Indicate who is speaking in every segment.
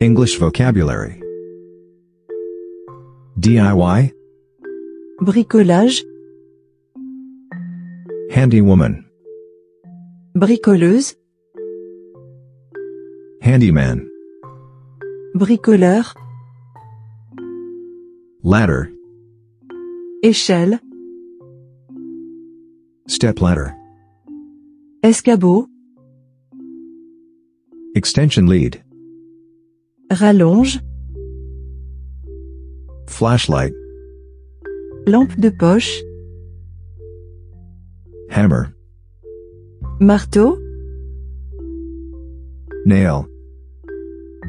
Speaker 1: English vocabulary. DIY,
Speaker 2: bricolage,
Speaker 1: handy woman,
Speaker 2: bricoleuse,
Speaker 1: handyman,
Speaker 2: bricoleur,
Speaker 1: ladder,
Speaker 2: échelle,
Speaker 1: step ladder,
Speaker 2: escabeau,
Speaker 1: extension lead,
Speaker 2: rallonge,
Speaker 1: flashlight,
Speaker 2: lampe de poche,
Speaker 1: hammer,
Speaker 2: marteau,
Speaker 1: nail,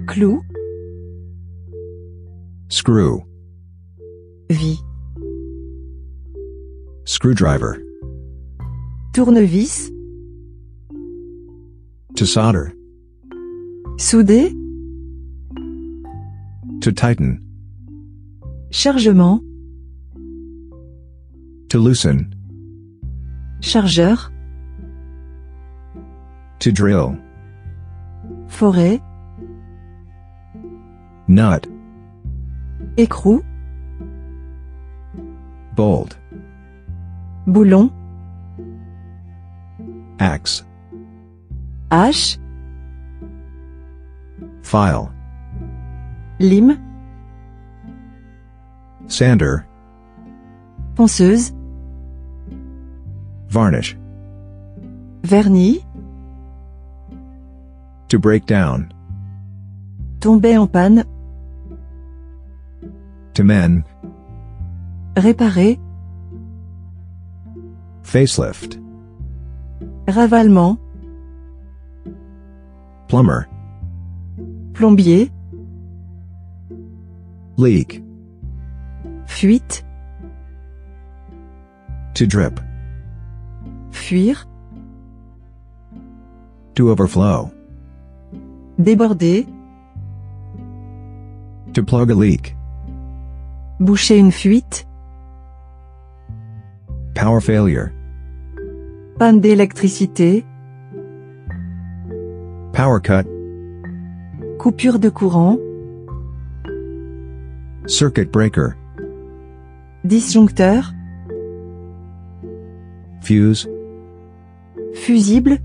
Speaker 2: clou,
Speaker 1: screw,
Speaker 2: vie,
Speaker 1: screwdriver,
Speaker 2: tournevis,
Speaker 1: to solder,
Speaker 2: soudé,
Speaker 1: to tighten,
Speaker 2: chargement,
Speaker 1: to loosen,
Speaker 2: chargeur,
Speaker 1: to drill,
Speaker 2: forêt,
Speaker 1: nut,
Speaker 2: écrou,
Speaker 1: bolt,
Speaker 2: boulon,
Speaker 1: axe,
Speaker 2: hache,
Speaker 1: file,
Speaker 2: lime,
Speaker 1: sander,
Speaker 2: ponceuse,
Speaker 1: varnish,
Speaker 2: vernis,
Speaker 1: to break down,
Speaker 2: tombait en panne,
Speaker 1: to mend,
Speaker 2: réparer,
Speaker 1: facelift,
Speaker 2: ravalement,
Speaker 1: plumber,
Speaker 2: plombier,
Speaker 1: leak,
Speaker 2: fuite,
Speaker 1: to drip,
Speaker 2: fuir,
Speaker 1: to overflow,
Speaker 2: déborder,
Speaker 1: to plug a leak,
Speaker 2: boucher une fuite,
Speaker 1: power failure,
Speaker 2: panne d'électricité,
Speaker 1: power cut,
Speaker 2: coupure de courant,
Speaker 1: circuit breaker,
Speaker 2: disjoncteur,
Speaker 1: fuse,
Speaker 2: fusible,